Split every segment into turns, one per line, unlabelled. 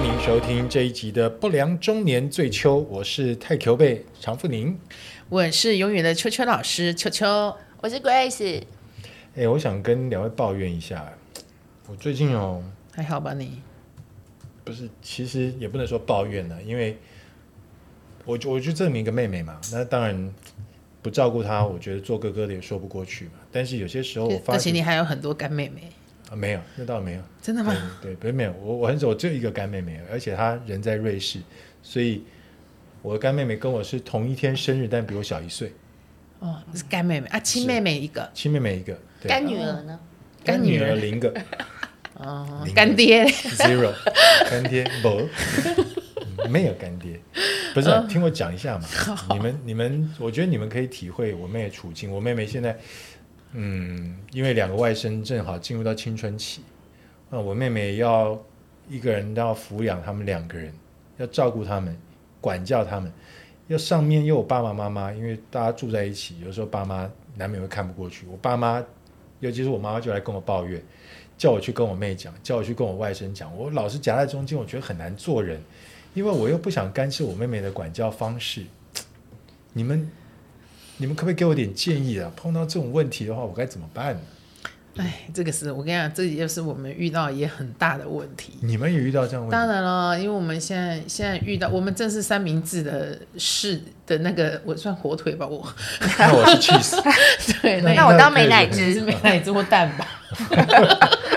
迎这一集的不良中年最秋，我是太球贝常富宁。
我是永远的秋秋老师，秋秋，
我是 Grace，
哎，我想跟两位抱怨一下，我最近哦，
还好吧你？
不是，其实也不能说抱怨了，因为我就我就证明一个妹妹嘛，那当然不照顾她，我觉得做哥哥的也说不过去嘛。但是有些时哦候我发
而且
现
你还有很多干妹妹，
啊，没有，那倒没有。
真的吗？
对，对不是没有，我我很少，我只有一个干妹妹，而且她人在瑞士，所以我的干妹妹跟我是同一天生日，但比我小一岁，
哦，是干妹妹啊，亲妹妹一个，
亲妹妹一个，对，
干女儿呢？
干
女
女儿
零个
哦
零，个
干爹嘞，
zero，干爹不， 没有干爹，不是啊、听我讲一下嘛，你们你们，我觉得你们可以体会我妹的处境，我妹妹现在，嗯，因为两个外甥正好进入到青春期，那我妹妹要一个人要抚养他们两个人，要照顾他们，管教他们，要上面又有爸爸妈妈，因为大家住在一起，有时候爸妈难免会看不过去。我爸妈，尤其是我妈妈就来跟我抱怨，叫我去跟我妹讲，叫我去跟我外甥讲，我老是夹在中间，我觉得很难做人，因为我又不想干涉我妹妹的管教方式。你们，你们可不可以给我点建议啊？碰到这种问题的话，我该怎么办？
哎，这个是我跟你讲，这也是我们遇到也很大的问题。
你们也遇到这样的
当
问题？
然了，因为我们现在现在遇到，我们正是三明治的是的那个，我算火腿吧，我
那我是 cheese，
对，
那
那
那我当美乃
只是
滋，
美乃滋或蛋吧。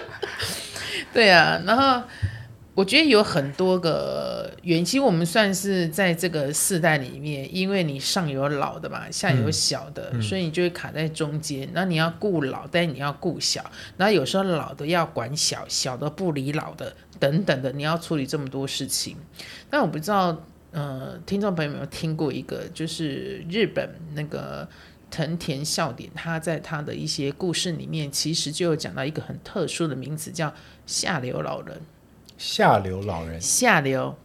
对啊，然后我觉得有很多个原因，其实我们算是在这个世代里面，因为你上有老的嘛，下有小的，所以你就会卡在中间。那你要顾老，但你要顾小，然后有时候老的要管小，小的不理老的，等等的，你要处理这么多事情。但我不知道，呃，听众朋友有没有听过一个，就是日本那个藤田笑典，他在他的一些故事里面，其实就有讲到一个很特殊的名词，叫下流老人。
下流老人。
下流，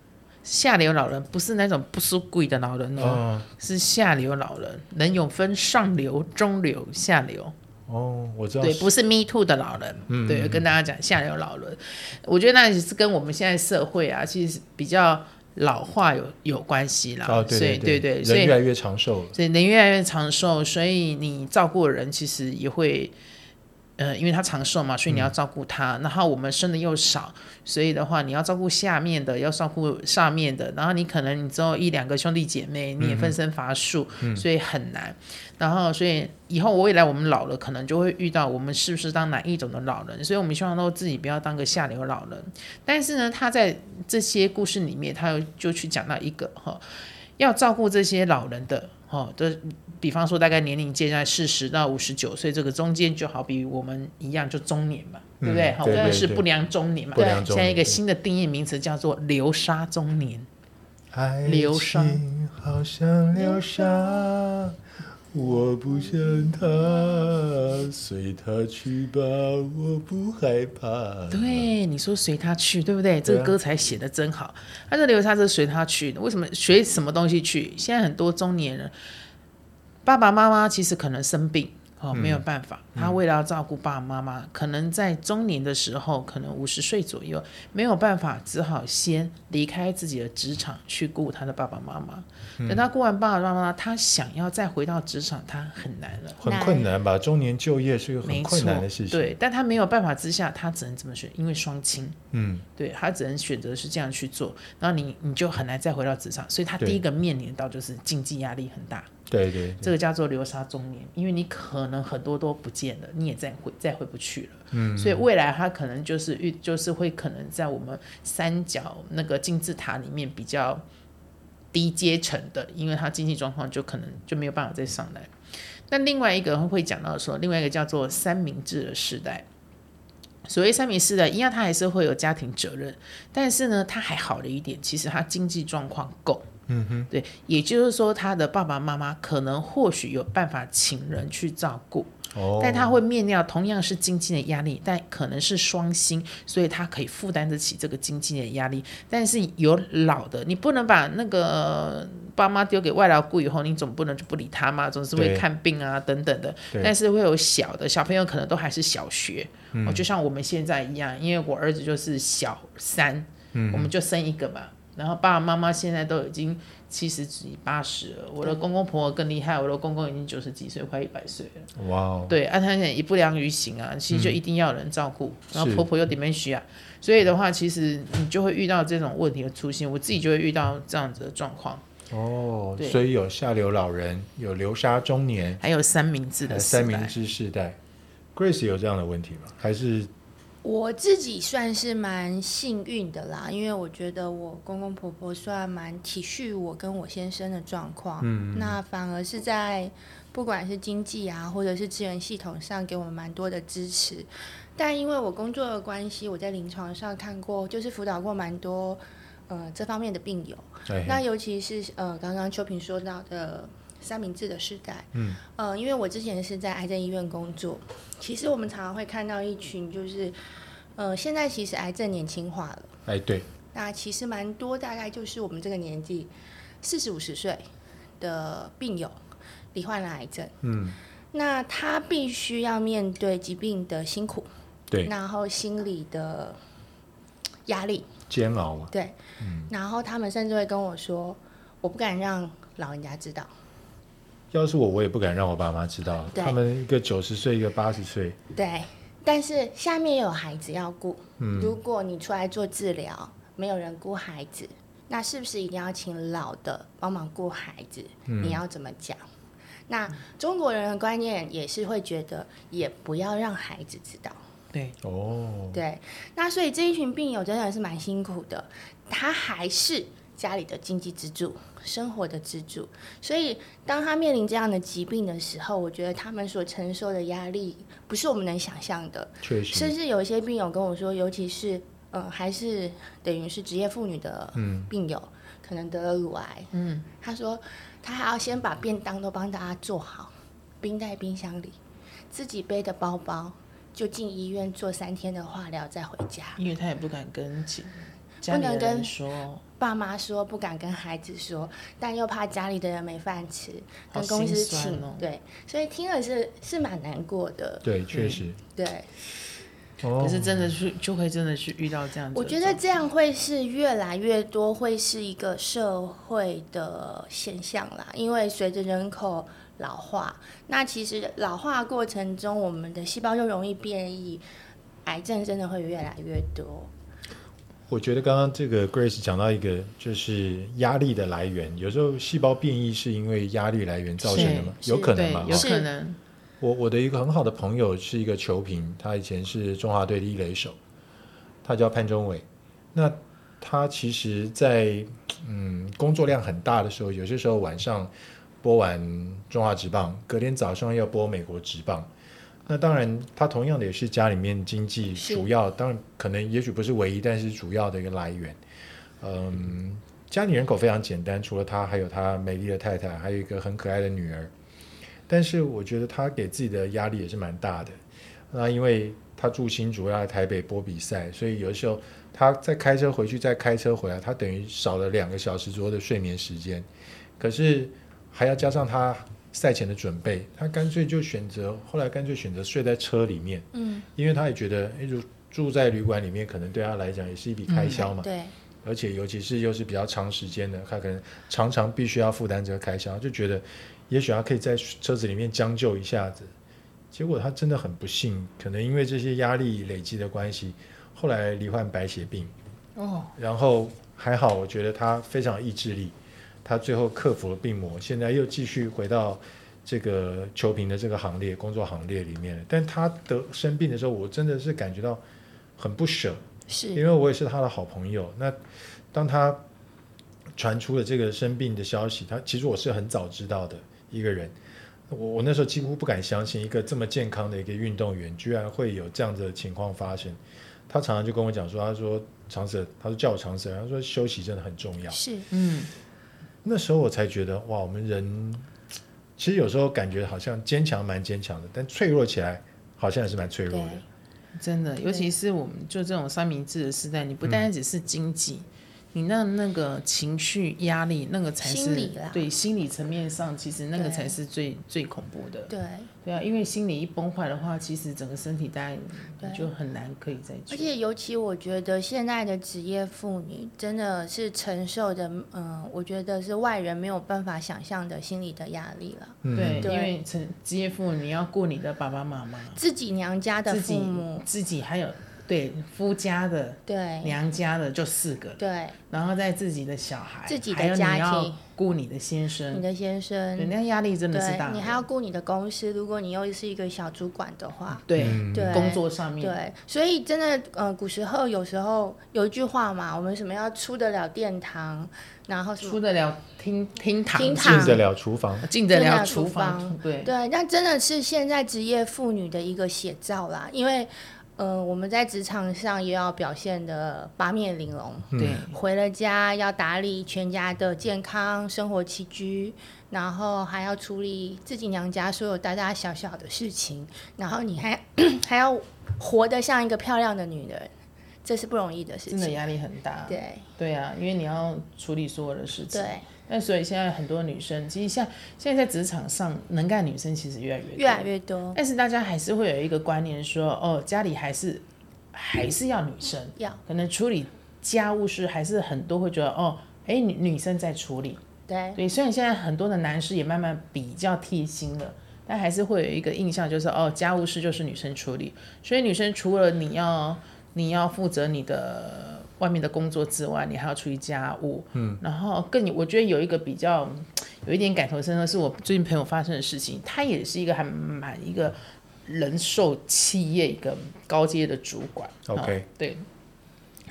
下流老人不是那种不输贵的老人哦，
哦
是下流老人。人有分上流、中流、下流。
哦，我知道
对，不是 Me Too 的老人，对，跟大家讲下流老人，我觉得那也是跟我们现在社会啊，其实比较老化有有关系啦。
哦，对
所以
对
对对，所
人越
以
来越长寿了。
所以人越来越长寿，所以你照顾的人其实也会。呃，因为他长寿嘛，所以你要照顾他。然后我们生的又少，所以的话，你要照顾下面的，要照顾上面的。然后你可能你只有一两个兄弟姐妹，你也分身乏术，
嗯
所以很难。然后，所以以后未来我们老了，可能就会遇到我们是不是当哪一种的老人，所以我们希望都自己不要当个下流老人。但是呢，他在这些故事里面，他有就去讲到一个哈、要照顾这些老人的哈、的，比方说大概年龄介在四十到五十九岁这个中间，就好比我们一样就中年嘛，对不对？
嗯
哈、
对
我们
对
是
对
不良中年嘛
不。良中
现在一
年
个新的定义名词叫做流沙中年。
爱
流沙
情好像流沙，我不想它，随它去吧，我不害怕。
对，你说随他去，对不对？这
嗯对
个
啊
歌才写的真好。他这流沙是随他去的，为什么学什么东西去？现在很多中年人，爸爸妈妈其实可能生病哦，
嗯
没有办法，他为了要照顾爸爸妈妈，可能在中年的时候，可能五十岁左右，没有办法，只好先离开自己的职场去顾他的爸爸妈妈。等
嗯
他顾完爸爸妈妈，他想要再回到职场，他很难了。
很困难吧？中年就业是一个很
没
困
错
难的事，情。，
对，但他没有办法之下，他只能这么选，因为双亲。
嗯，
对他只能选择是这样去做，然后你你就很难再回到职场，所以他
对
第一个面临到就是经济压力很大，
对对对
这个叫做流沙中年，因为你可能很多都不见了，你也再回再回不去了，嗯，所以未来他可能就是遇就是会可能在我们三角那个金字塔里面比较低阶层的，因为他经济状况就可能就没有办法再上来。那另外一个会讲到说，另外一个叫做三明治的时代。所谓三明治的，一样他还是会有家庭责任，但是呢，他还好的一点，其实他经济状况够。嗯哼，对，也就是说，他的爸爸妈妈可能或许有办法请人去照顾，
哦，
但他会面临到同样是经济的压力，但可能是双薪，所以他可以负担得起这个经济的压力。但是有老的，你不能把那个爸妈丢给外劳雇以后，你总不能就不理他嘛，总是会
对
看病啊等等的
对。
但是会有小的小朋友，可能都还是小学，
嗯嗯
哦，就像我们现在一样，因为我儿子就是小三，我们就生一个嘛。然后爸爸妈妈现在都已经七十几、八十了，我的公公婆婆更厉害，我的公公已经九十几岁，快一百岁了。
哇哦，
对，啊，他现在也不良于行啊，其实就一定要有人照顾，然后
嗯是
婆婆又 dementia，所以的话，其实你就会遇到这种问题的出现，我自己就会遇到这样子的状况，
哦，
对
所以有下流老人，有流沙中年，
还有三明治
还
的
有
时
哎三明
代，
治世代。Grace 有这样的问题吗？还是
我自己算是蛮幸运的啦，因为我觉得我公公婆婆算蛮体恤我跟我先生的状况，
嗯
那反而是在不管是经济啊，或者是资源系统上给我们蛮多的支持。但因为我工作的关系，我在临床上看过，就是辅导过蛮多呃这方面的病友。
哎
那尤其是呃，刚刚秋萍说到的三明治的时代，
嗯，
呃，因为我之前是在癌症医院工作，其实我们常常会看到一群就是，呃，现在其实癌症年轻化了，
哎对，
那其实蛮多，大概就是我们这个年纪四十五十岁的病友罹患了癌症，
嗯
那他必须要面对疾病的辛苦，
对，
然后心理的压力，
煎熬啊嘛，
对，然后他们甚至会跟我说，我不敢让老人家知道。
要是我，我也不敢让我爸妈知道，
对
他们一个九十岁，一个八十岁，
对，但是下面有孩子要顾，
嗯
如果你出来做治疗，没有人顾孩子，那是不是一定要请老的帮忙顾孩子？你要怎么讲？那中国人的观念也是会觉得，也不要让孩子知道。
对，
哦，
对，那所以这一群病友真的是蛮辛苦的，他还是家里的经济支柱、生活的支柱，所以当他面临这样的疾病的时候，我觉得他们所承受的压力不是我们能想象的，
确实，
甚至有一些病友跟我说，尤其是呃，还是等于是职业妇女的
嗯
病友，可能得了乳癌，
嗯，
他说他还要先把便当都帮大家做好，冰在冰箱里，自己背的包包就进医院做三天的化疗再回家。
因为他也不敢跟亲家
不
里
能
的
跟
人
哦
说，
爸妈说不敢跟孩子说，但又怕家里的人没饭吃，
好
跟公司
心酸
请，
哦
对，所以听了是是蛮难过的，
对，确实，
对。
哦
可，是真的是就会真的是遇到这样子的状况，
我觉得这样会是越来越多，会是一个社会的现象啦。因为随着人口老化，那其实老化过程中，我们的细胞就容易变异，癌症真的会越来越多。
我觉得刚刚这个 Grace 讲到一个就是压力的来源，有时候细胞变异是因为压力来源造成的嘛，
是
有可能啊
对
嘛，
有
哈
可能，
我我的一个很好的朋友是一个球评，他以前是中华队的一垒手，他叫潘宗伟。那他其实在嗯工作量很大的时候，有些时候晚上播完中华职棒，隔天早上要播美国职棒。那当然，他同样的也是家里面经济
是
主要，当然可能也许不是唯一，但是主要的一个来源。嗯，家里人口非常简单，除了他，还有他美丽的太太，还有一个很可爱的女儿。但是我觉得他给自己的压力也是蛮大的。那因为他住新竹，要来台北播比赛，所以有的时候他再开车回去，再开车回来，他等于少了两个小时左右的睡眠时间。可是还要加上他赛前的准备，他干脆就选择后来干脆选择睡在车里面，
嗯，
因为他也觉得，哎，如住在旅馆里面，可能对他来讲也是一笔开销嘛。
对，
而且尤其是又是比较长时间的，他可能常常必须要负担这个开销，就觉得也许他可以在车子里面将就一下子。结果他真的很不幸，可能因为这些压力累积的关系，后来罹患白血病。
哦，
然后还好，我觉得他非常有意志力，他最后克服了病魔，现在又继续回到这个球评的这个行列、工作行列里面了。但他得生病的时候，我真的是感觉到很不舍，
是，
因为我也是他的好朋友。那当他传出了这个生病的消息，他其实我是很早知道的一个人。我我那时候几乎不敢相信，一个这么健康的一个运动员，居然会有这样子的情况发生。他常常就跟我讲说，他说长蛇，他说叫我长蛇，他说休息真的很重要。
是，
嗯，
那时候我才觉得，哇，我们人其实有时候感觉好像坚强蛮坚强的，但脆弱起来好像也是蛮脆弱的
对。
真的，
对嗯
尤其是我们就这种三明治的时代，你不单单只是经济，你那那个情绪压力，那个才是
心理啦
对心理层面上，其实那个
对
才是最最恐怖的。
对，
对啊，因为心理一崩坏的话，其实整个身体大概
对
你就很难可以再
而
去。
且尤其我觉得现在的职业妇女真的是承受的，嗯、我觉得是外人没有办法想象的心理的压力了。
嗯
对，
对
因为成职业妇女你要顾你的爸爸妈妈、
自己娘家的
自
父
己
母，、哎
自己还有对夫家的、
对
娘家的就四个，
对，
然后再自己的小孩，
自己的
还有你
家
要
庭
顾你的先生
你，的先
对，
生，
那压力真的是大的。
对你还要顾你的公司，如果你又是一个小主管的话，
对、
对
啊工作嗯上面，
对，所以真的，呃，古时候有时候有一句话嘛，我们什么要出得了殿堂，然后什
出
么
得了厅厅堂，
厅堂
进得了厨房，
进得
进得
了
了
厨
厨
房，
房
对，
对，那真的是现在职业妇女的一个写照啦，因为，呃，我们在职场上也要表现的八面玲珑，
对，
回了家要打理全家的健康生活起居，然后还要处理自己娘家所有大大小小的事情，然后你还 还要活得像一个漂亮的女人，这是不容易的事
真的
情。
压力很大。
对
对啊，因为你要处理所有的事情。
对，
但所以现在很多女生，其实像现在在职场上能干女生其实越来越多
越来越多
但是大家还是会有一个观念说，哦，家里还是还是要女生，
要
可能处理家务事还是很多会觉得，哦，哎，女女生在处理。
对
对，虽然现在很多的男士也慢慢比较贴心了，但还是会有一个印象，就是哦，家务事就是女生处理，所以女生除了你要你要负责你的外面的工作之外，你还要处理家务，嗯，然后更我觉得有一个比较有一点感同身受，是我最近朋友发生的事情，她也是一个还蛮一个人寿企业一个高阶的主管
OK
哦对。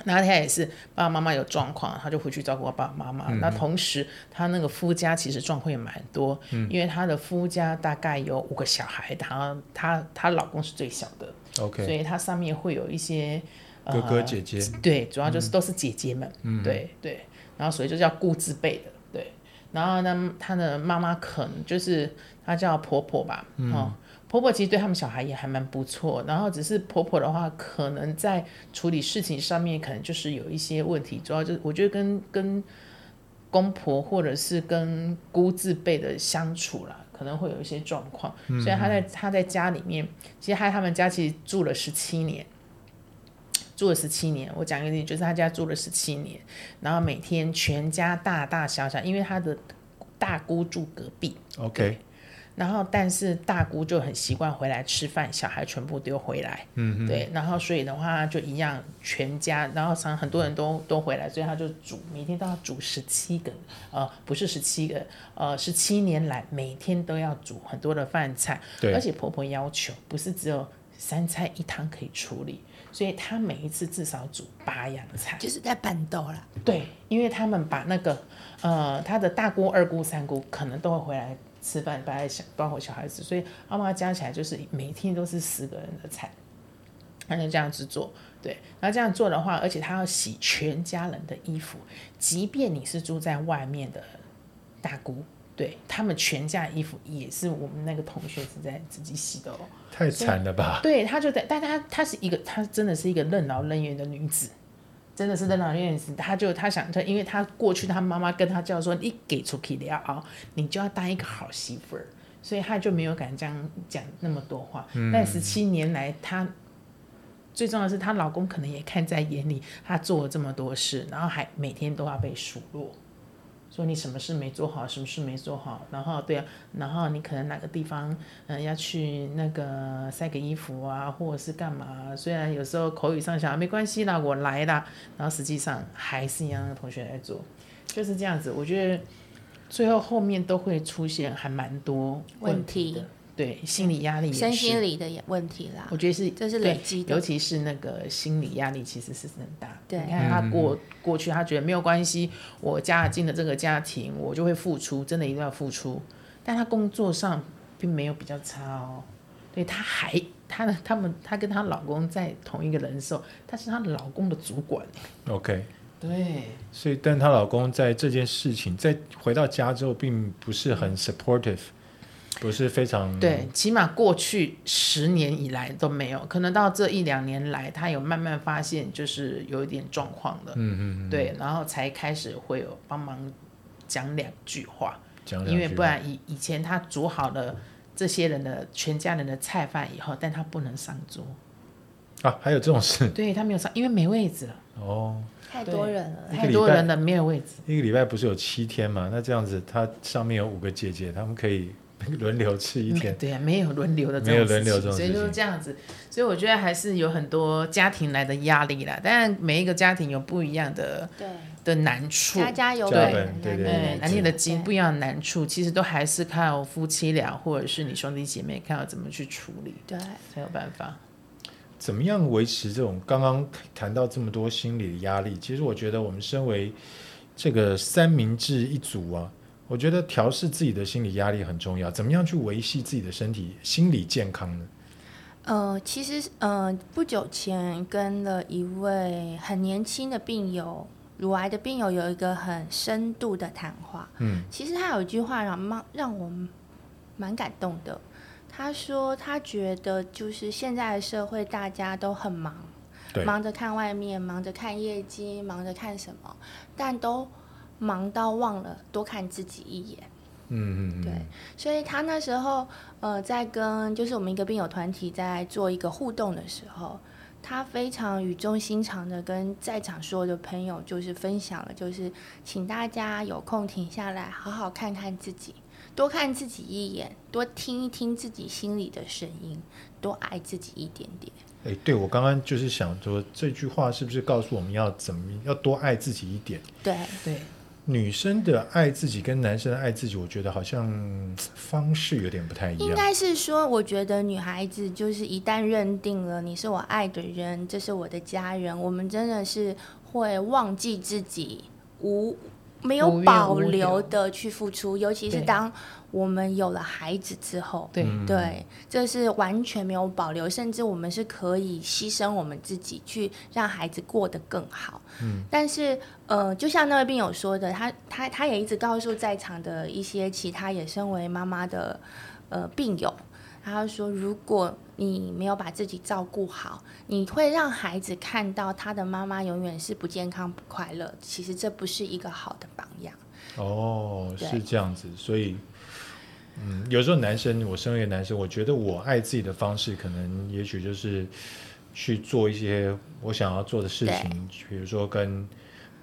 然后他也是爸爸妈妈有状况，他就回去照顾爸爸妈妈。那同时，他那个夫家其实状况也蛮多，因为他的夫家大概有五个小孩，他他她老公是最小的，所
，OK，
以他上面会有一些
哥哥姐姐，
呃对，主要就是都是姐姐们，对对，然后所以就叫顾字辈的，对。然后呢，她的妈妈可能就是她叫婆婆吧，哦，婆婆其实对他们小孩也还蛮不错，然后只是婆婆的话，可能在处理事情上面，可能就是有一些问题，主要就是我觉得跟跟公婆或者是跟姑字辈的相处啦，可能会有一些状况，所以她在她在家里面，其实她他们家其实住了十七年。住了十七年，我讲给你，就是他家住了十七年，然后每天全家大大小小，因为他的大姑住隔壁，
OK，
然后但是大姑就很习惯回来吃饭，小孩全部丢回来，嗯，对，然后所以的话就一样全家，然后常很多人都都回来，所以他就煮，每天都要煮十七个，呃，不是十七个，呃，十七年来每天都要煮很多的饭菜，
对
而且婆婆要求不是只有三菜一汤可以处理，所以她每一次至少煮八样菜。
就是在板豆啦，
对，因为他们把那个呃，他的大姑、二姑、三姑可能都会回来吃饭，包括小包括小孩子，所以阿妈加起来就是每天都是十个人的菜，他就这样子做。对，然后这样做的话，而且他要洗全家人的衣服，即便你是住在外面的大姑，对他们全家衣服也是我们那个同学是在自己洗的哦。
太惨了吧？
对，她就在，但她她是一个，她真的是一个任劳任怨的女子，真的是任劳任怨的女子。她就她想，她因为她过去她妈妈跟她叫说，你给出去了啊，你就要当一个好媳妇儿，所以她就没有敢这样讲那么多话。但十七年来，她最重要的是，她老公可能也看在眼里，她做了这么多事，然后还每天都要被数落。说你什么事没做好，什么事没做好，然后对啊，然后你可能哪个地方，嗯、要去那个晒个衣服啊，或者是干嘛啊、虽然有时候口语上想啊没关系啦，我来啦，然后实际上还是一样的同学在做，就是这样子。我觉得最后后面都会出现还蛮多题的，
问题
对，心理压力也是，哦
身心理的也问题啦
我，觉得是
这是
对
累积的
尤其是那个心理压力其实是很大。
对
你看他过过去，他觉得没有关系，我嫁进了这个家庭，我就会付出，真的一定要付出。但他工作上并没有比较差哦，对，他还他的他们他跟她老公在同一个人寿，他是她老公的主管。
OK，
对，
所以但她老公在这件事情，在回到家之后，并不是很 supportive，不是非常
对，起码过去十年以来都没有，可能到这一两年来，他有慢慢发现就是有一点状况了，
嗯嗯嗯，
对，然后才开始会有帮忙讲两句话，
讲两句吧，
因为不然以以前他煮好了这些人的全家人的菜饭以后，但他不能上桌，
啊，还有这种事
对他没有上，因为没位置了，
哦。
太多人了。
一个
太
礼
多
拜
人了，没有位置，
一个礼拜不是有七天嘛？那这样子，他上面有五个姐姐，他们可以轮流吃一
没
天。
对啊，没有轮流的这
没有
种事
轮流
情，
这种
所
事
以就是
情
这样子，所以我觉得还是有很多家庭来的压力啦，当然每一个家庭有不一样的
对，
的难处，
家家有
家
本
本
对对
哎，
对对
难念的经
经
不一样的难处，其实都还是靠夫妻俩或者是你兄弟姐妹看要怎么去处理
对，
才有办法。
怎么样维持这种？刚刚谈到这么多心理的压力，其实我觉得我们身为这个三明治一族啊，我觉得调试自己的心理压力很重要。怎么样去维系自己的身体心理健康呢？
呃，其实呃，不久前跟了一位很年轻的病友，乳癌的病友，有一个很深度的谈话。
嗯，
其实他有一句话让让让我蛮感动的。他说他觉得就是现在的社会大家都很忙，
对
忙着看外面，忙着看业绩，忙着看什么，但都忙到忘了多看自己一眼。
嗯嗯嗯，
对，所以他那时候呃，在跟就是我们一个病友团体在做一个互动的时候，他非常语重心长的跟在场所有的朋友就是分享了，就是请大家有空停下来，好好看看自己，多看自己一眼，多听一听自己心里的声音，多爱自己一点点。
哎，对我刚刚就是想说，这句话是不是告诉我们要怎么要多爱自己一点？
对，
对，
女生的爱自己跟男生的爱自己，我觉得好像嗯方式有点不太一
应
样。
该是说，我觉得女孩子就是一旦认定了你是我爱的人，这是我的家人，我们真的是会忘记自己无没有
无怨
保
无尤
留的去付出，尤其是
对
当我们有了孩子之后。
对，
对，这是完全没有保留，甚至我们是可以牺牲我们自己去让孩子过得更好。嗯，但是呃，就像那位病友说的，他他他也一直告诉在场的一些其他也身为妈妈的呃病友，他说如果你没有把自己照顾好，你会让孩子看到他的妈妈永远是不健康不快乐，其实这不是一个好的榜样。
哦，
对
是这样子，所以。嗯，有时候男生，我身为一个男生，我觉得我爱自己的方式，可能也许就是去做一些我想要做的事情，比如说跟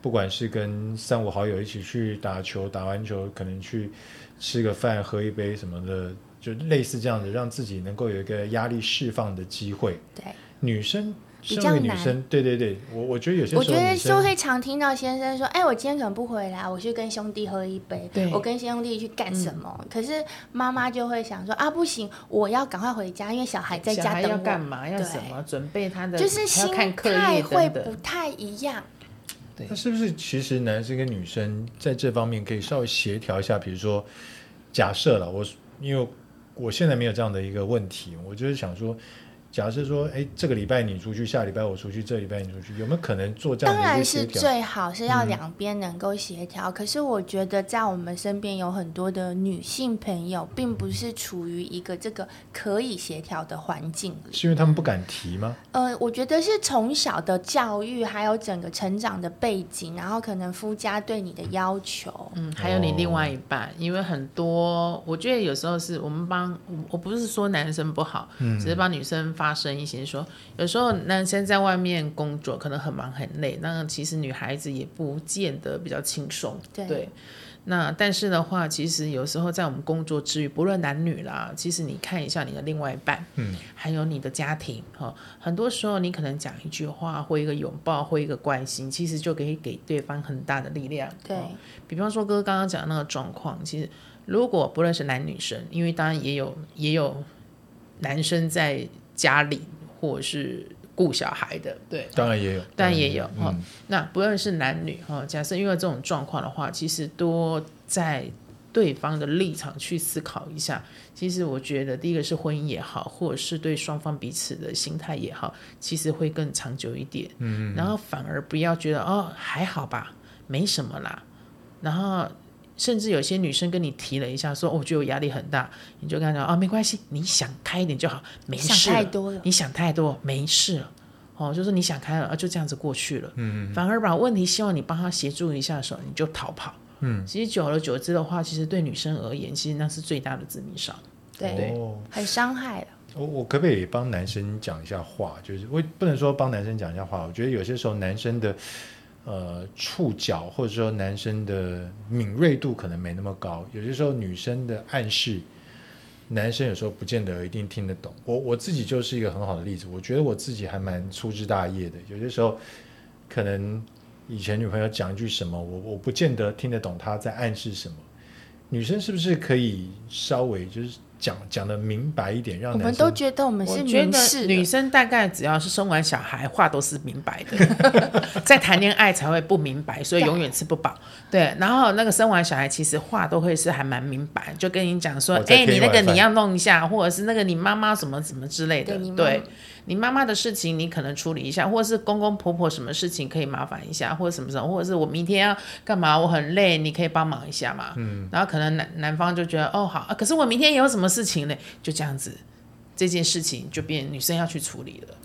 不管是跟三五好友一起去打球，打完球可能去吃个饭、喝一杯什么的，就类似这样子，让自己能够有一个压力释放的机会。
对。
女生，
比
身
较
为女
难
生，对对对，我我觉得有些时候
我觉得
女
就
生
会常听到先生说：“哎，我今天可能不回来，我去跟兄弟喝一杯
对，嗯
我跟兄弟去干什么？”可是妈妈就会想说：“啊，不行，我要赶快回家，因为小孩在
小
家
孩
等
要
我。”
干嘛？要
对
什么？准备他的
就是
还
心
要看课
态
业
会
等
不
等。
太一样。
对
那，是不是其实男生跟女生在这方面可以稍微协调一下？比如说，假设了我，因为我现在没有这样的一个问题，我就是想说，假设说，哎，这个礼拜你出去，下礼拜我出去，这礼拜你出去，有没有可能做这样
当
的一
然
个
是
协调？
最好是
嗯
要两边能够协调。可是我觉得在我们身边有很多的女性朋友，并不是处于一个这个可以协调的环境里。
是因为他们不敢提吗？
呃，我觉得是从小的教育，还有整个成长的背景，然后可能夫家对你的要求，
嗯，还有你
哦
另外一半，因为很多，我觉得有时候是我们帮，我我不是说男生不好，只是帮女生发声一些说，有时候男生在外面工作可能很忙很累，那其实女孩子也不见得比较轻松，
对
那但是的话，其实有时候在我们工作之余，不论男女啦，其实你看一下你的另外一半，
嗯，
还有你的家庭，哈、很多时候你可能讲一句话，或一个拥抱，或一个关心，其实就可以给对方很大的力量。
对
哦比方说哥哥刚刚讲的那个状况，其实如果不论是男女生，因为当然也有也有男生在家里或者是顾小孩的，对，
当然也有，
当然也有
嗯
哈、那不论是男女哈、假设遇到这种状况的话，其实多在对方的立场去思考一下。其实我觉得，第一个是婚姻也好，或者是对双方彼此的心态也好，其实会更长久一点。嗯，然后反而不要觉得哦还好吧，没什么啦，然后。甚至有些女生跟你提了一下说，哦，我觉得我压力很大，你就跟她讲啊，没关系，你想开一点就好，没
想
事
太
了
多了。
你想太多，没事了。哦，就是你想开了，啊，就这样子过去了。嗯，反而把问题希望你帮他协助一下的时候，你就逃跑。嗯，其实久而久之的话，其实对女生而言，其实那是最大的致命伤。
对，
哦，
很伤害了。
我哦我可不可以帮男生讲一下话？就是我不能说帮男生讲一下话，我觉得有些时候男生的呃触角或者说男生的敏锐度可能没那么高，有些时候女生的暗示，男生有时候不见得一定听得懂。我我自己就是一个很好的例子，我觉得我自己还蛮粗枝大叶的，有些时候可能以前女朋友讲一句什么，我我不见得听得懂她在暗示什么。女生是不是可以稍微就是讲讲的明白一点，让
我
男
们
生
都觉得我们是
我觉
明
得
示
女
的，
生大概只要是生完小孩，话都是明白的， 在谈恋爱才会不明白，所以永远吃不饱。对，然后那个生完小孩，其实话都会是还蛮明白，就跟你讲说，
我
哎、
再添一
你那个
碗饭
你要弄一下，或者是那个你妈妈怎么怎么之类的
对你，妈
对
妈。
你妈妈的事情，你可能处理一下，或者是公公婆婆什么事情可以麻烦一下，或者什么什么，或者是我明天要干嘛，我很累，你可以帮忙一下嘛。嗯，然后可能男男方就觉得哦好、啊，可是我明天也有什么事情呢，就这样子，这件事情就变女生要去处理了。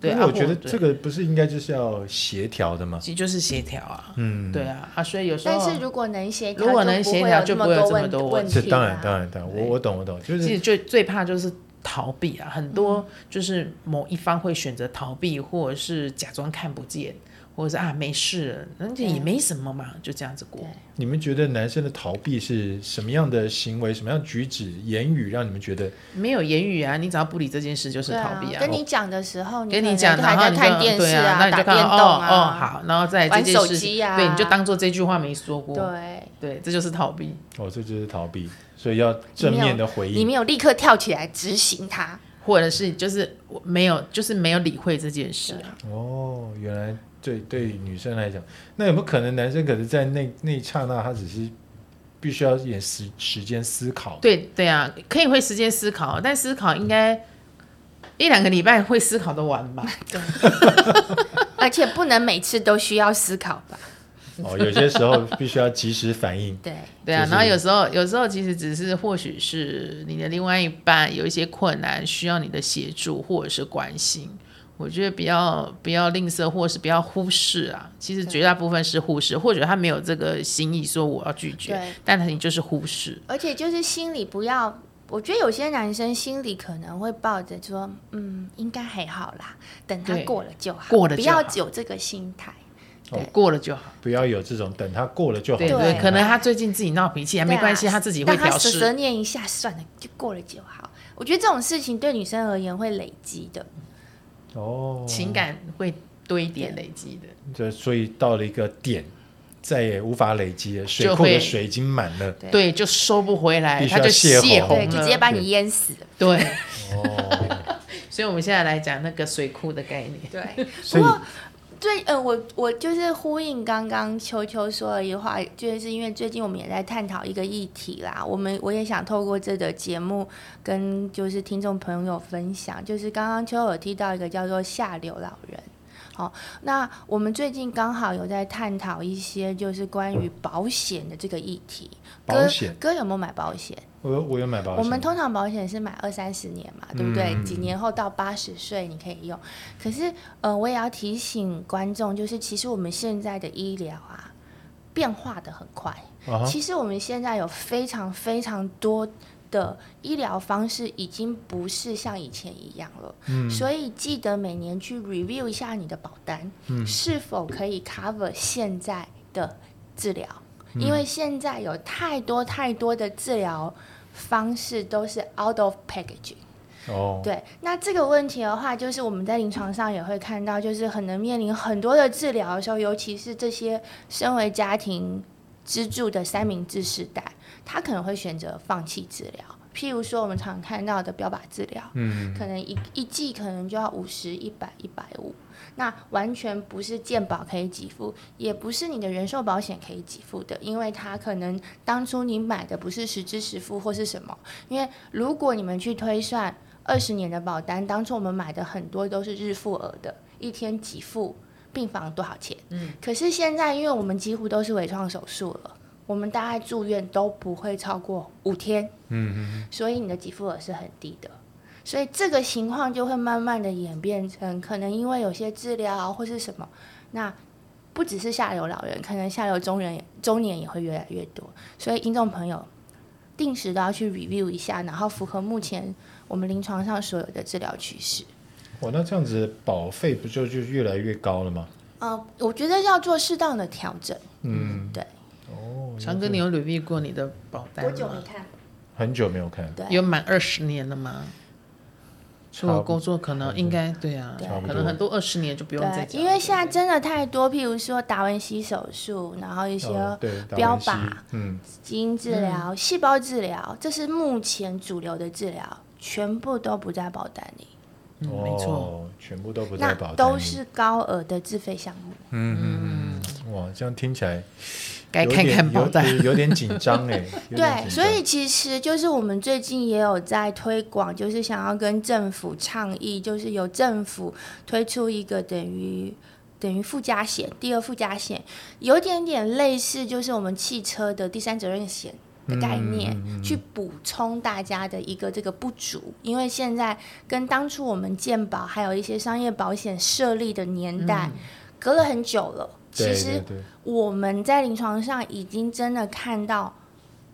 对，
因
啊
为我觉得
或
这个不是应该就是要协调的吗？
其实就是协调啊，嗯，对啊，啊，所以有时候
但是如果能协调，
如果能协调就
就不
不
会
会
有
有
这
这
么
么
多
多
问
问啊
这
题啊
当然
啦
当然当然，我
对
我懂我懂，就
其
是
实最最怕就是逃避啊，很多就是某一方会选择逃避，或者是假装看不见，或者是啊没事了，那就也没什么嘛，就这样子过
对。
你们觉得男生的逃避是什么样的行为、什么样的举止、言语让你们觉得
没有言语啊，你只要不理这件事就是
对
逃避啊。
啊。跟你讲的时候，
跟
可能
你讲，
还
然后
在
你
看
就
电视
对啊，那你
打
就看
电
到
动
哦
啊，
哦好，然后再来这件
玩手
事
机
情，
啊
对，你就当做这句话没说过，
对，
对，这就是逃避。
哦，这就是逃避，所以要正面的回
你
应。
没有立刻跳起来执行它，
或者是就是我没有，就是没有理会这件事啊。
哦，原来对对女生来讲，那有没有可能男生可能在那那一刹那，他只是必须要一点时时间思考？
对对啊，可以会时间思考，但思考应该一两个礼拜会思考得完吧？
而且不能每次都需要思考吧？
哦，有些时候必须要及时反应。
对，
对啊，
就是
然后有时候有时候其实只是或许是你的另外一半有一些困难，需要你的协助或者是关心。我觉得不要不要吝啬，或是不要忽视啊。其实绝大部分是忽视，或者他没有这个心意说我要拒绝
对，
但他你就是忽视。
而且就是心里不要。我觉得有些男生心里可能会抱着说，嗯，应该还好啦，等他
对
过了就好，
过了
不
就
要
好
有这个心态。对
过了就好，
不要有这种等他过了就好
对
的
对
心态。
对，可能他最近自己闹脾气，还
对
没
啊
关系，他自己会
让
调
他
试。
舌
嗯
舌念一下，算了，就过了就好。我觉得这种事情对女生而言会累积的，
哦，
情感会堆叠累积的，
就所以到了一个点，再也无法累积了，水
就
库的
会
水已经满了。
对
对，就收不回来，
必须
它
要
就
泄
泄
洪
洪
对，
了，
就直接把你淹死了。
对。
哦，
所以我们现在来讲那个水库的概念，
对，
所以
不过最呃，我我就是呼应刚刚秋秋说的一句话，就是因为最近我们也在探讨一个议题啦，我们我也想透过这个节目跟就是听众朋友分享，就是刚刚秋有提到一个叫做下流老人。好，那我们最近刚好有在探讨一些就是关于保险的这个议题。
保险，
哥，哥有没有买保险？
我有我有买保险，
我们通常保险是买二三十年嘛，对不对？
嗯
几年后到八十岁你可以用。可是，呃，我也要提醒观众，就是其实我们现在的医疗啊，变化的很快。
啊哈
其实我们现在有非常非常多的医疗方式，已经不是像以前一样了。
嗯
所以记得每年去 review 一下你的保单，
嗯
是否可以 cover 现在的治疗，
嗯
因为现在有太多太多的治疗方式都是 out of package。
哦，
对，那这个问题的话，就是我们在临床上也会看到，就是可能面临很多的治疗的时候，尤其是这些身为家庭支柱的三明治时代，他可能会选择放弃治疗。譬如说，我们常看到的标靶治疗，
嗯，
可能一一剂可能就要五十、一百、一百五，那完全不是健保可以给付，也不是你的人寿保险可以给付的，因为它可能当初你买的不是实支实付或是什么，因为如果你们去推算二十年的保单，当初我们买的很多都是日付额的，一天几付，病房多少钱，嗯，可是现在因为我们几乎都是微创手术了。我们大概住院都不会超过五天，
嗯嗯
所以你的给付额是很低的。所以这个情况就会慢慢的演变成，可能因为有些治疗啊或是什么，那不只是下流老人，可能下流中人中年也会越来越多。所以听众朋友，定时都要去 review 一下，然后符合目前我们临床上所有的治疗趋势。
嗯，哇，那这样子保费不就就越来越高了吗？
呃，我觉得要做适当的调整。
嗯，
对。
哦，
长哥，你有 review 过你的保单吗？
看？
很久没有看，
对，
有满二十年了吗？出
差
国
不多
工作可能应该对啊
差不，多
可能很多二十年就不用再
对，
讲了。
因为现在真的太多，譬如说达文西手术，然后一些
哦对达
标
文西
靶
嗯，
基因治疗、细胞治疗，这是目前主流的治疗，全部都不在保单里，
嗯没错，
哦，全部都不在
那
保单
都
里
是高额的自费项目。
嗯嗯嗯，哇，这样听起来
该
有
看
点
看保单。
有 有点紧张哎，有点
对，
紧
所
张
以其实就是我们最近也有在推广，就是想要跟政府倡议，就是由政府推出一个等于等于附加险，第二附加险，有点点类似就是我们汽车的第三责任险。的概念、
嗯嗯嗯嗯
去补充大家的一个这个不足，因为现在跟当初我们健保还有一些商业保险设立的年代、隔了很久了。
嗯
其
对
实
对对
我们在临床上已经真的看到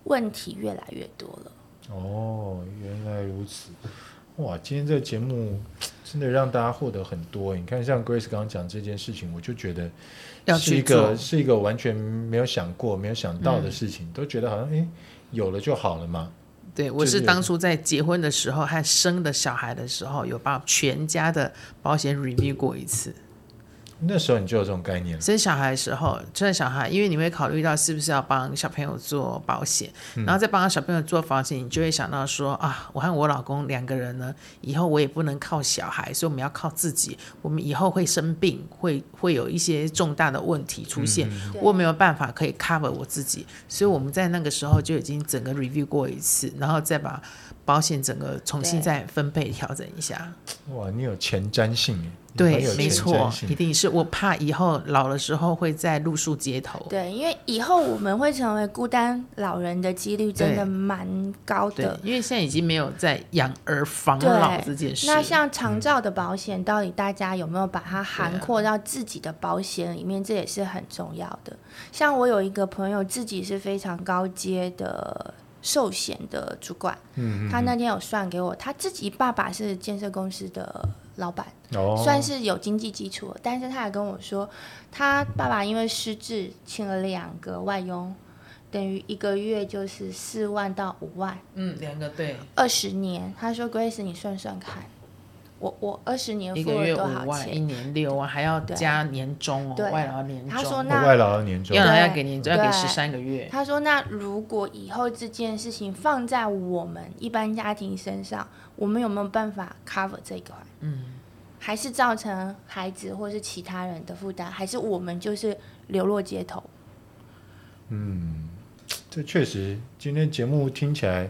问题越来越多了。
哦，原来如此。哇，今天这个节目真的让大家获得很多。欸你看，像 Grace 刚刚讲这件事情，我就觉得
要
是一
去
个
做，嗯
是一个完全没有想过、没有想到的事情，都觉得好像诶有了就好了嘛。
对我
就是是
当初在结婚的时候和生的小孩的时候，有把全家的保险 review 过一次。
那时候你就有这种概念了。
生小孩的时候，生小孩，因为你会考虑到是不是要帮小朋友做保险，
嗯
然后再帮小朋友做保险，你就会想到说啊，我和我老公两个人呢，以后我也不能靠小孩，所以我们要靠自己。我们以后会生病，会会有一些重大的问题出现，
嗯
对
我没有办法可以 cover 我自己，所以我们在那个时候就已经整个 review 过一次，然后再把保险整个重新
对
再分配调整一下。
哇，你有前瞻性耶，你很有
对，
前
没错
瞻，性
一定是我怕以后老的时候会在露宿街头。
对，因为以后我们会成为孤单老人的几率真的蛮高
对
的，。
因为现在已经没有在养儿防老
对
这件事。
那像
嗯
长照的保险，到底大家有没有把它涵括到自己的保险里面？这也是很重要的。像我有一个朋友，自己是非常高阶的寿险的主管，
嗯
他那天有算给我，他自己爸爸是建设公司的老板，
哦，
算是有经济基础了，但是他还跟我说，他爸爸因为失智，请了两个外佣，等于一个月就是四万到五万，
嗯，两个对，
二十年。他说，Grace，你算算看，我我二十年
一
付
个月
了多
五
少
万，一
钱？
年六万，还要
对
加年终哦，
对
外劳年终。
他说那
哦外劳的年终
要
来
劳要
对
给年终，要给
对
十三个月。
他说，那如果以后这件事情放在我们一般家庭身上，我们有没有办法 cover 这一块？
嗯，
还是造成孩子或是其他人的负担，还是我们就是流落街头？
嗯，这确实，今天节目听起来，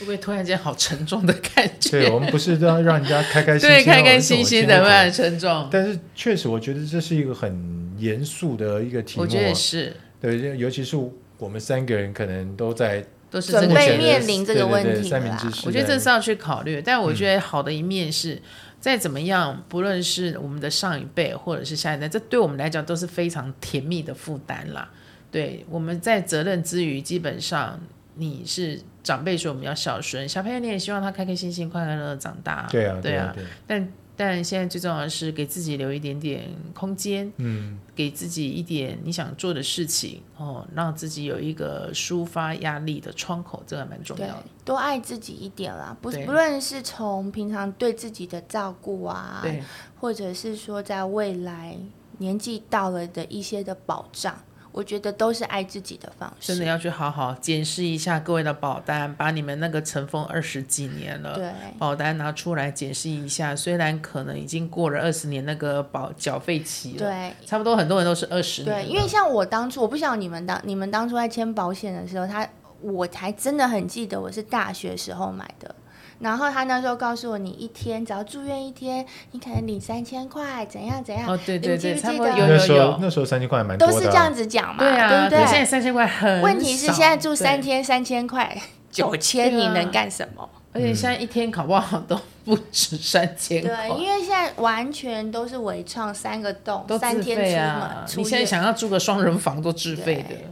会不会突然间好沉重的感
对
觉？
我们不是要让人家开开心哦心，
开开心心的，
嘛
不。然沉重。
但是确实，我觉得这是一个很严肃的一个题目
我
啊，
觉得也是，
对，尤其是我们三个人可能都在
都是
准
这
目
个
备
前的
面临这个问
对对对
题
三
了
明
啦
治时代
我觉得这是要去考虑，但我觉得好的一面是，再怎么样，不论是我们的上一辈或者是下一代，这对我们来讲都是非常甜蜜的负担啦。对，我们在责任之余，基本上你是长辈说我们要孝顺，小朋友你也希望他开开心心、快快乐乐长大。
对啊，
对
啊，
啊。
对啊，
但但现在最重要的是给自己留一点点空间，
嗯，
给自己一点你想做的事情哦，让自己有一个抒发压力的窗口，这个还蛮重要
对
的。，
多爱自己一点啦，不
对
不论是从平常对自己的照顾啊，
对，
或者是说在未来年纪到了的一些的保障，我觉得都是爱自己的方
真的
式。
要去好好检视一下各位的保单，把你们那个尘封二十几年了。
对
保单拿出来检视一下，虽然可能已经过了二十年那个保缴费期了，
对
差不多很多人都是二十年了。
对，因为像我当初，我不晓得你们当你们当初在签保险的时候，他我才真的很记得我是大学时候买的。然后他那时候告诉我，你一天只要住院一天，你可能领三千块，怎样怎样，
哦，对对对，
你记不记
差不
得
多有
那
有
时候
有，
那时候三千块还蛮多
都
的啊、
是这样子讲嘛，
对啊，
不
可是现在
对？
三千块很
问题是
少
现在住三，
对
天三千块， 九千
对
你
啊
能干什么？
而且现在一天搞不好都不止三千块，
对，因为现在完全都是微创三个洞，
都
三
自
天
费
出门，
啊！
出
你现在
夜
想要住个双人房都自费
对
的，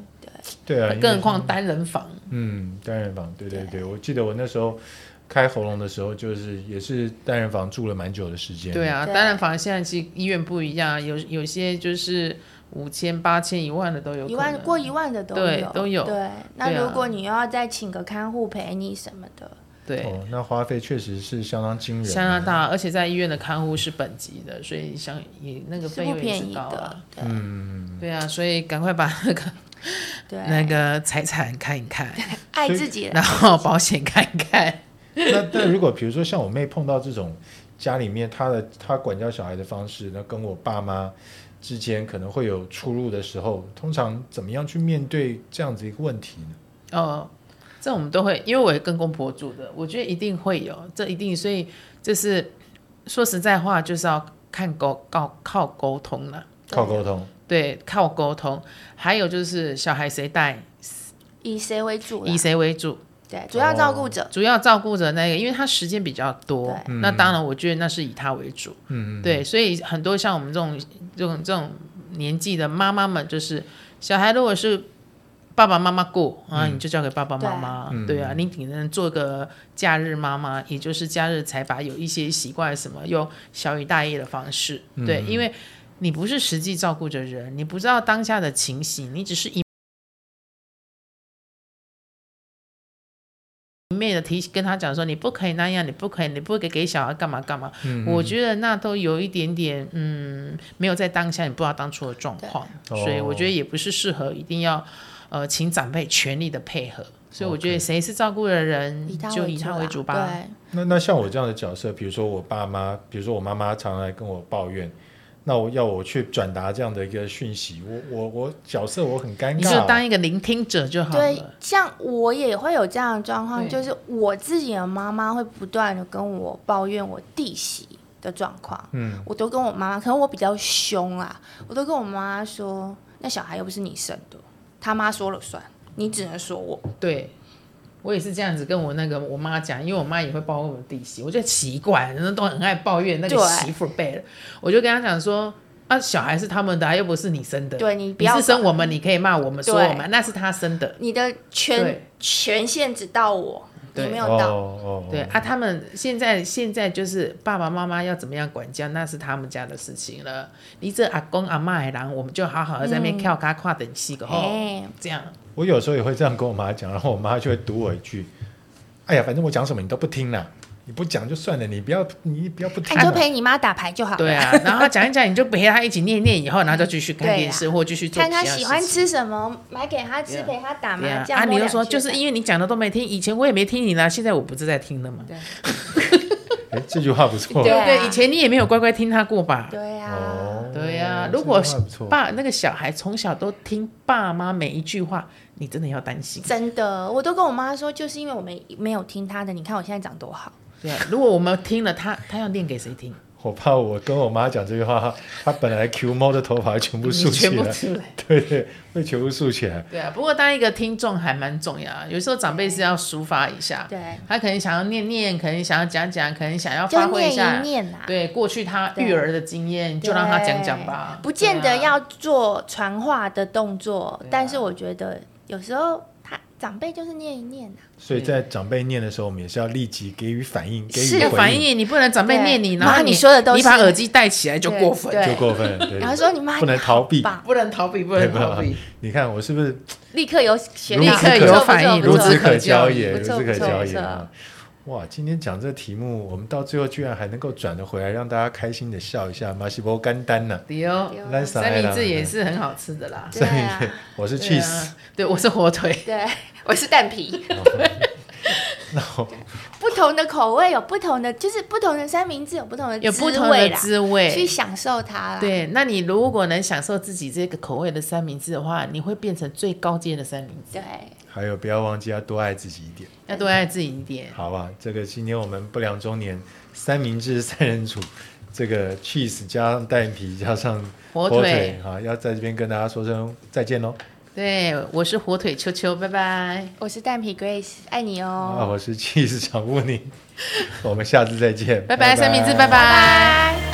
对啊，因为
更何况单人房。
嗯，单人房，对对对，我记得我那时候开喉咙的时候，就是也是单人房住了蛮久的时间。
对，啊，
对
单人房现在其实医院不一样，有有些就是五千、八千、一万的都有可能，
一万过一万的都有，
对都有
对，那
对啊
如果你又要再请个看护陪你什么的，
对。
哦，那花费确实是相当惊人啊。
加拿大，而且在医院的看护是本级的，所以像也那个
是
费
不
用也
便
是
宜
高
的
啊。。
对
对啊，所以赶快把那个
对，
那个财产看一看，
爱自己的
然后保险看一看。
那但如果比如说像我妹碰到这种家里面她的她管教小孩的方式，那跟我爸妈之间可能会有出入的时候，通常怎么样去面对这样子一个问题呢？
哦，这我们都会，因为我也跟公婆住的，我觉得一定会有，这一定，所以这是说实在话，就是要看沟靠靠沟通了。
靠沟通，
对，靠沟通，还有就是小孩谁带，
以谁为主啦
以？哦谁为主，
对，主要照顾者。
主要照顾着那个，因为他时间比较多
对，
那当然我觉得那是以他为主，
嗯，
对，所以很多像我们这种这种这种年纪的妈妈们，就是小孩如果是爸爸妈妈顾啊，
嗯
你就交给爸爸妈妈，对啊，你只能做个假日妈妈，也就是假日才把有一些习惯什么用小以大义的方式，对，
嗯
因为你不是实际照顾着人，你不知道当下的情形，你只是一。一昧的提跟他讲说你不可以那样，你不可以，你不可以给小孩干嘛干嘛，
嗯
我觉得那都有一点点，嗯，没有在当下，你不知道当初的状况，
对
所以我
哦
觉得也不是适合，一定要呃，请长辈全力的配合。所以我觉得
OK
谁是照顾的人
以他
就
为
以他为主
主啦
吧。
那那像我这样的角色，比如说我爸妈，比如说我妈妈常来跟我抱怨，那我要我去转达这样的一个讯息，我我我角色我很尴
你
尬
就
啊、
当一个聆听者就好
对。对
了。，
像我也会有这样的状况，
对
就是我自己的妈妈会不断的跟我抱怨我弟媳的状况，
嗯，
我都跟我妈妈，可能我比较凶啊，我都跟我妈妈说，那小孩又不是你生的，他妈说了算，你只能说我。
对，我也是这样子跟我那个我妈讲，因为我妈也会抱怨我弟媳，我觉得奇怪，人家都很爱抱怨那个
对
媳妇辈了，我就跟她讲说。啊，小孩是他们的啊、又不是你生的。
对你不
你
要
是生
管
我们，你可以骂我们，说
对
我们，那是他生的。
你的
对
权权限只到我，你
对
没有
哦
到。
哦，
对啊，他们现在现在就是爸爸妈妈要怎么样管教，那是他们家的事情了。你这阿公阿妈的人，我们就好好的在那边跳卡跨等戏个吼，
哎，
这样
我有时候也会这样跟我妈讲，然后我妈就会堵我一句：“哎呀，反正我讲什么你都不听啦，你不讲就算了，你不要你不要
哎
不听
哎你
嘛。
就陪你妈打牌就好了。
对啊。然后讲一讲，你就陪他一起念念，以后然后就继续看电视或继续做
啊
其
看他
他事
喜欢
情
吃什么，买给他吃，
Yeah.
陪他打
对
麻
啊，
将。
啊，你
摸
又
两
说
圈
就是因为你讲的都没听，以前我也没听你啦，现在我不是在听了嘛，
对
哎，这句话不错。
对不
对啊
对？以前你也没有乖乖听他过吧？
对啊，
哦，
对呀
这
如果
句话不错
爸那个小孩从小都听爸妈每一句话，你真的要担心。
真的，我都跟我妈说，就是因为我没没有听他的，你看我现在长多好。
对啊，如果我们听了他，他要念给谁听？
我怕我跟我妈讲这句话，她本来 Q 猫的头发全部
你
竖起
全部
来，
啊
出来。
对对，会全部竖起来。
对啊，不过当一个听众还蛮重要啊，有时候长辈是要抒发一下，
对，
他可能想要念念，可能想要讲讲，可能想要
就
发挥
念
一下
一。念呐、啊。
对过去他育儿的经验，就让他讲讲吧
对，不见得
对啊
要做传话的动作，
啊
但是我觉得有时候他长辈就是念一念啊，
所以在长辈念的时候，我们也是要立即给予反应，给
是
予
有
回
反应，你不能长辈念你，
对
然后
妈你说的都
你
是
把耳机戴起来就过分，
对
就过分了。对
然后说你妈
不能逃避，
棒，
不能逃避，不能
对
逃
吧
避，？
你看我是不是
立刻有学
孺
到，
立
子
刻
可
有反应
不错不错
孺
不错
子
孺可
可
教
教
也
也，
不
孺
错
子可
不错
教
不
也
错
啊！哇，今天讲这题目，我们到最后居然还能够转得回来，让大家开心的笑一下，马西波干丹呐、
对 哦，
对
咱
三
啥的
明
啦
治也是很好吃的啦，
对啊
对我是
对
cheese，
啊，对，我是火 腿，
对， 我是蛋皮。啊
然后
不同的口味有不同的，就是不同的三明治有不同的
有不
滋
同
味
的
啦，
滋
去
味。
享受它啦。
对，那你如果能享受自己这个口味的三明治的话，你会变成最高阶的三明治。
对
还有不要忘记要多爱自己一点，
要多爱自己一点。
好吧？这个今天我们不良中年三明治 三人组，这个 cheese 加上蛋皮加上
火
火
腿，
啊，要在这边跟大家说声再见喽。
对，我是火腿秋秋，拜拜。
我是蛋皮 Grace，爱你
啊，
哦，
我是 cheese 常务宁，我们下次再见，
拜拜，三明治，拜拜。
拜。